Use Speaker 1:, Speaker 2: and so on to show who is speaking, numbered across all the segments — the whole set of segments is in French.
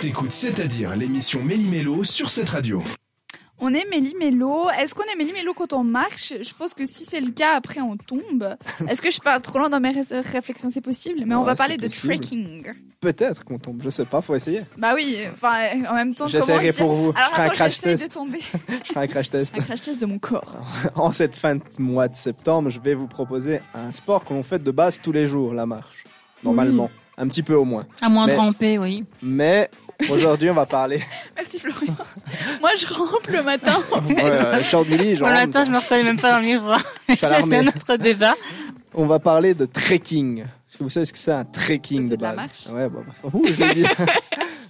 Speaker 1: T'écoutes C'est-à-dire l'émission Méli-Mélo sur cette radio.
Speaker 2: On est méli-mélo. Est-ce qu'on est méli-mélo quand on marche Je pense que si c'est le cas, après on tombe. Est-ce que je pars trop loin dans mes ré- réflexions C'est possible. Mais on
Speaker 3: Ouais,
Speaker 2: va
Speaker 3: c'est
Speaker 2: parler de
Speaker 3: possible.
Speaker 2: trekking.
Speaker 3: Peut-être qu'on tombe, je sais pas, faut essayer.
Speaker 2: Bah oui, enfin, en même temps, comment
Speaker 3: J'essaierai
Speaker 2: se dire-
Speaker 3: pour vous. je
Speaker 2: Alors
Speaker 3: ferai un
Speaker 2: attends,
Speaker 3: crash
Speaker 2: j'essaie de
Speaker 3: test. Ah.
Speaker 2: tomber.
Speaker 3: Je ferai un crash test.
Speaker 2: Un crash test de mon corps.
Speaker 3: En cette fin de mois de septembre, je vais vous proposer un sport que l'on fait de base tous les jours, la marche. Normalement.
Speaker 2: Mm.
Speaker 3: Un petit peu au moins.
Speaker 4: À moins
Speaker 3: Mais-
Speaker 4: de ramper, oui.
Speaker 3: Mais aujourd'hui, on va parler.
Speaker 2: Merci Florian. Moi, je rampe le matin. en fait.
Speaker 3: Ouais, euh, short mini, genre,
Speaker 4: Pour l'instant, Oh je me reconnais même pas dans le miroir. Mais
Speaker 3: suis à
Speaker 4: ça, c'est un
Speaker 3: l'armée.
Speaker 4: autre débat.
Speaker 3: On va parler de trekking. Est-ce que vous savez ce que c'est un trekking de
Speaker 2: C'est de la
Speaker 3: base
Speaker 2: marche
Speaker 3: Ouais, bah, bah, ouh, je l'ai dit.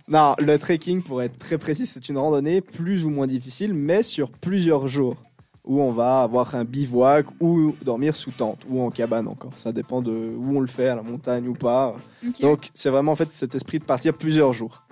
Speaker 3: non, le trekking, pour être très précis, c'est une randonnée plus ou moins difficile, mais sur plusieurs jours, où on va avoir un bivouac ou dormir sous tente ou en cabane encore. Ça dépend de où on le fait, à la montagne ou pas.
Speaker 2: Ok.
Speaker 3: Donc, c'est vraiment en fait cet esprit de partir plusieurs jours.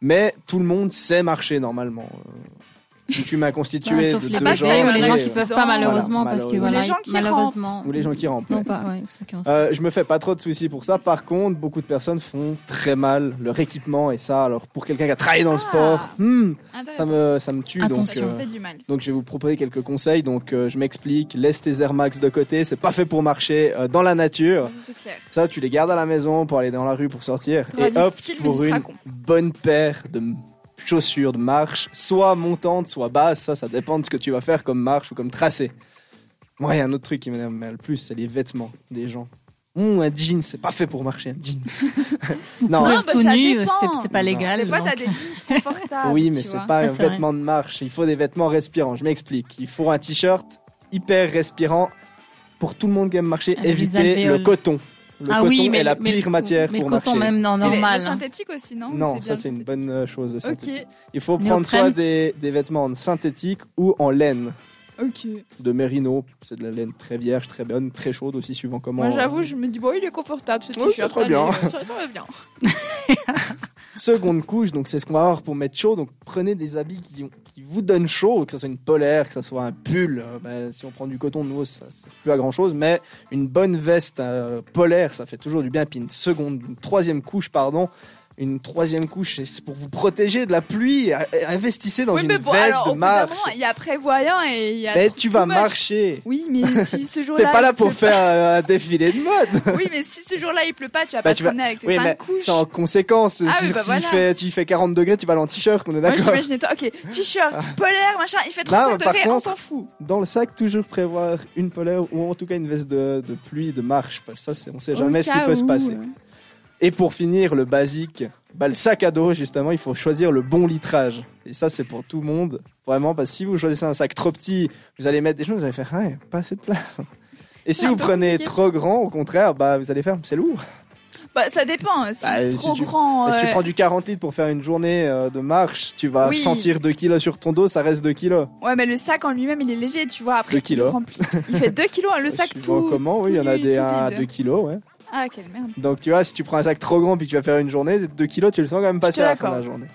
Speaker 3: Mais tout le monde sait marcher normalement. Euh, Une humaine constituée
Speaker 4: Bah, sauf
Speaker 3: de
Speaker 4: les
Speaker 3: deux
Speaker 2: bas-
Speaker 4: bas
Speaker 3: gens.
Speaker 2: oui,
Speaker 4: ou les gens
Speaker 2: ouais.
Speaker 4: qui
Speaker 3: euh,
Speaker 4: peuvent pas, malheureusement,
Speaker 3: Voilà,
Speaker 4: parce que
Speaker 2: malheureusement. Ou
Speaker 4: voilà,
Speaker 2: les gens qui
Speaker 4: malheureusement.
Speaker 3: ou les gens qui rampent.
Speaker 4: Non, pas, ouais, ceux qui ont-
Speaker 3: Euh, je me fais pas trop de soucis pour ça. Par contre, beaucoup de personnes font très mal leur équipement et ça, alors pour quelqu'un qui a travaillé dans le
Speaker 2: Ah.
Speaker 3: sport, hmm, ça
Speaker 2: Intéressant.
Speaker 3: me ça me tue. Donc,
Speaker 4: Attention.
Speaker 3: euh,
Speaker 2: fait du mal.
Speaker 3: donc je vais vous proposer quelques conseils. Donc euh, je m'explique. Laisse tes Air Max de côté. C'est pas fait pour marcher euh, dans la nature.
Speaker 2: C'est clair.
Speaker 3: Ça, tu les gardes à la maison pour aller dans la rue pour sortir.
Speaker 2: T'auras
Speaker 3: Et
Speaker 2: du
Speaker 3: hop,
Speaker 2: style, mais
Speaker 3: pour
Speaker 2: du
Speaker 3: une
Speaker 2: stracon.
Speaker 3: bonne paire de m- chaussures de marche, soit montante, soit basse. Ça, ça dépend de ce que tu vas faire comme marche ou comme tracé. Moi, il y a un autre truc qui m'énerve mais le plus, c'est les vêtements des gens. Hum, un jean, c'est pas fait pour marcher, un jean. non,
Speaker 2: Non,
Speaker 4: Courir
Speaker 2: bah,
Speaker 4: tout
Speaker 2: ça
Speaker 4: nu,
Speaker 2: dépend.
Speaker 4: c'est c'est pas
Speaker 3: Non.
Speaker 4: légal.
Speaker 2: Des fois,
Speaker 4: donc.
Speaker 2: t'as des jeans confortables.
Speaker 3: oui,
Speaker 2: tu
Speaker 3: mais c'est
Speaker 2: vois.
Speaker 3: pas
Speaker 4: Ah, Ouais,
Speaker 3: un
Speaker 4: c'est vrai.
Speaker 3: vêtement de marche. Il faut des vêtements respirants. Je m'explique. Il faut un t-shirt hyper respirant pour tout le monde qui aime marcher.
Speaker 4: Un
Speaker 3: Éviter
Speaker 4: bisalvéole.
Speaker 3: le coton. Le
Speaker 4: Ah
Speaker 3: coton
Speaker 4: oui, mais
Speaker 3: est la
Speaker 4: mais-
Speaker 3: pire matière
Speaker 4: mais
Speaker 3: pour
Speaker 4: coton
Speaker 3: marcher.
Speaker 4: même, non,
Speaker 2: Mais les-
Speaker 4: normal. hein.
Speaker 2: les synthétiques aussi, non Ou
Speaker 3: Non,
Speaker 2: Oh, bien
Speaker 3: ça c'est une bonne euh, chose. de synthétique.
Speaker 2: synthétique
Speaker 3: Il faut
Speaker 4: Mais on
Speaker 3: prendre soit
Speaker 4: prenne-
Speaker 3: des, des vêtements synthétiques ou en laine
Speaker 2: Ok, ok.
Speaker 3: de mérino. C'est de la laine très vierge, très bonne, très chaude aussi, suivant comment.
Speaker 2: Moi, j'avoue, je me dis, bon, il est confortable ce
Speaker 3: Oui,
Speaker 2: t-shirt.
Speaker 3: c'est très bien.
Speaker 2: allez, euh, Ça, ça va bien.
Speaker 3: Seconde couche, donc c'est ce qu'on va avoir pour mettre chaud. Donc prenez des habits qui, ont- qui vous donnent chaud, que ce soit une polaire, que ce soit un pull. Euh, ben, si on prend du coton, nous, ça sert plus à grand chose. Mais une bonne veste euh, polaire, ça fait toujours du bien. Puis une seconde, une troisième couche, pardon. Une troisième couche, c'est pour vous protéger de la pluie. A- Investissez dans
Speaker 2: oui,
Speaker 3: une
Speaker 2: mais bon,
Speaker 3: veste
Speaker 2: alors, au
Speaker 3: de
Speaker 2: bout d'un
Speaker 3: marche.
Speaker 2: moment, il y a prévoyant et il y a.
Speaker 3: Mais
Speaker 2: too-
Speaker 3: tu
Speaker 2: too
Speaker 3: vas
Speaker 2: much.
Speaker 3: marcher.
Speaker 2: Oui, mais si ce jour-là.
Speaker 3: T'es pas là
Speaker 2: il
Speaker 3: pour
Speaker 2: pleut
Speaker 3: faire euh, un défilé de mode.
Speaker 2: pas- Oui, mais si ce jour-là il pleut pas, tu vas
Speaker 3: Bah,
Speaker 2: pas
Speaker 3: tu
Speaker 2: te
Speaker 3: vas-
Speaker 2: promener avec tes
Speaker 3: Oui, mais
Speaker 2: cinq couches.
Speaker 3: c'est en conséquence.
Speaker 2: Ah oui,
Speaker 3: Si-
Speaker 2: bah
Speaker 3: si
Speaker 2: voilà.
Speaker 3: il fait, tu fais 40 degrés, tu vas aller en t-shirt, on est
Speaker 2: Moi,
Speaker 3: d'accord. Ah.
Speaker 2: j'imaginais toi, ok, t-shirt, polaire, machin, il fait 35
Speaker 3: Non, par
Speaker 2: degrés, on
Speaker 3: contre-
Speaker 2: s'en fout.
Speaker 3: Dans le sac, toujours prévoir une polaire ou en tout cas une veste de, de pluie, de marche. Parce que ça, c'est- on sait jamais
Speaker 2: Au
Speaker 3: ce qui
Speaker 2: cas
Speaker 3: peut se
Speaker 2: où,
Speaker 3: passer.
Speaker 2: euh,
Speaker 3: Et pour finir, le basique, bah, le sac à dos, justement, il faut choisir le bon litrage. Et ça, c'est pour tout le monde. Vraiment, parce que si vous choisissez un sac trop petit, vous allez mettre des choses, vous allez faire, ah, pas assez de place. Et si
Speaker 2: C'est un
Speaker 3: vous
Speaker 2: peu
Speaker 3: prenez
Speaker 2: compliqué.
Speaker 3: trop grand, au contraire, bah, vous allez faire, c'est lourd.
Speaker 2: Bah, ça dépend. hein, Si
Speaker 3: Bah,
Speaker 2: c'est
Speaker 3: si
Speaker 2: trop
Speaker 3: tu-
Speaker 2: grand.
Speaker 3: Mais si tu
Speaker 2: euh,
Speaker 3: prends du 40 litres pour faire une journée euh, de marche, tu vas
Speaker 2: Oui.
Speaker 3: sentir 2 kilos sur ton dos, ça reste 2 kilos.
Speaker 2: Ouais, mais le sac en lui-même, il est léger, tu vois. Après,
Speaker 3: Deux
Speaker 2: tu le
Speaker 3: kilos.
Speaker 2: remplis. Il fait 2 kilos, hein, le sac
Speaker 3: Suivant
Speaker 2: tout.
Speaker 3: comment,
Speaker 2: tout
Speaker 3: oui, il y en a
Speaker 2: nu,
Speaker 3: des
Speaker 2: tout
Speaker 3: à
Speaker 2: vide.
Speaker 3: 2 kilos, ouais.
Speaker 2: Ah, quelle merde.
Speaker 3: Donc tu vois, si tu prends un sac trop grand puis que tu vas faire une journée, 2 kilos, tu le sens quand même passer
Speaker 2: te
Speaker 3: à la fin de la
Speaker 2: l'accorde.
Speaker 3: journée.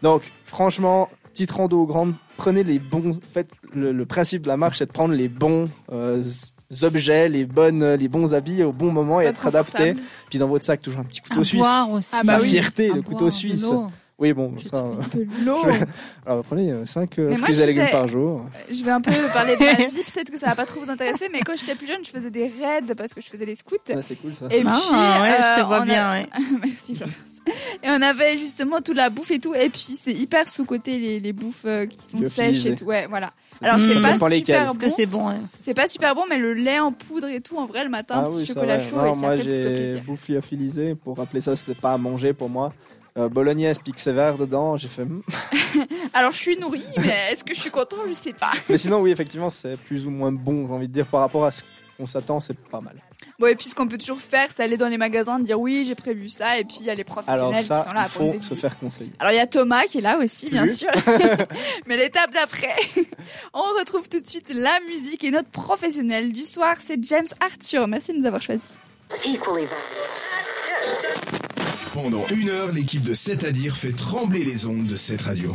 Speaker 3: Donc franchement, petite rando grande, prenez les bons. En fait, le, le principe de la marche, c'est de prendre les bons euh, z- objets, les bonnes, les bons habits au bon moment et
Speaker 2: Pas
Speaker 3: être adapté.
Speaker 2: confortable.
Speaker 3: Puis dans votre sac, toujours un petit
Speaker 4: À
Speaker 3: couteau suisse.
Speaker 4: boire aussi.
Speaker 2: Ah bah
Speaker 3: La
Speaker 2: oui.
Speaker 3: fierté,
Speaker 4: À
Speaker 3: le
Speaker 4: boire,
Speaker 3: couteau
Speaker 4: de
Speaker 3: suisse.
Speaker 4: l'eau.
Speaker 3: Oui, bon, ça. euh,
Speaker 2: De l'eau.
Speaker 3: je- Alors prenez 5
Speaker 2: Mais moi,
Speaker 3: fruits
Speaker 2: je
Speaker 3: et légumes
Speaker 2: sais-
Speaker 3: par jour.
Speaker 2: Je vais un peu parler de ma vie, peut-être que ça va pas trop vous intéresser, mais quand j'étais plus jeune, je faisais des raids parce que je faisais les scouts.
Speaker 3: Ah, c'est cool ça.
Speaker 2: euh, Et
Speaker 4: Ah,
Speaker 2: puis,
Speaker 4: ouais, je
Speaker 2: euh,
Speaker 4: te vois
Speaker 2: on a-
Speaker 4: bien, ouais.
Speaker 2: Merci Florence. Et on avait justement toute la bouffe et tout, et puis c'est hyper sous-côté les, les bouffes euh, qui sont
Speaker 3: Lyophilisées.
Speaker 2: sèches et tout. Ouais, voilà. Alors
Speaker 4: Ça
Speaker 2: c'est pas super
Speaker 3: dépend lesquelles.
Speaker 2: bon.
Speaker 4: Mm. Parce que c'est bon, ouais.
Speaker 2: C'est pas super bon, mais le lait en poudre et tout, en vrai, le matin, un petit
Speaker 3: c'est
Speaker 2: chocolat
Speaker 3: vrai.
Speaker 2: chaud,
Speaker 3: Non,
Speaker 2: et ça
Speaker 3: moi
Speaker 2: fait plutôt
Speaker 3: j'ai
Speaker 2: plaisir.
Speaker 3: bouffe lyophilisée, pour rappeler ça, c'était pas à manger pour moi. Euh, bolognaise, pique sévère dedans, j'ai fait. hmm.
Speaker 2: Alors je suis nourrie, mais est-ce que je suis content Je sais pas.
Speaker 3: Mais sinon, oui, effectivement, c'est plus ou moins bon, j'ai envie de dire, par rapport à ce qu'on s'attend, c'est pas mal.
Speaker 2: Bon, et puis ce qu'on peut toujours faire, c'est aller dans les magasins, dire oui, j'ai prévu ça, et puis il y a les
Speaker 3: Alors,
Speaker 2: professionnels
Speaker 3: ça,
Speaker 2: qui sont là
Speaker 3: il
Speaker 2: pour nous
Speaker 3: faut
Speaker 2: aider.
Speaker 3: se faire conseiller.
Speaker 2: Alors il y a Thomas qui est là aussi, bien
Speaker 3: Salut.
Speaker 2: sûr. Mais l'étape d'après, on retrouve tout de suite la musique et notre professionnel du soir, c'est James Arthur. Merci de nous avoir choisis.
Speaker 1: Pendant une heure, l'équipe de C'est-à-dire fait trembler les ondes de cette radio.